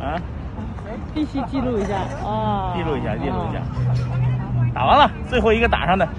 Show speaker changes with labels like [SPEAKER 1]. [SPEAKER 1] 啊，
[SPEAKER 2] 必须记录一下啊！
[SPEAKER 1] 记录一下，记录一下。打完了，最后一个打上的。啊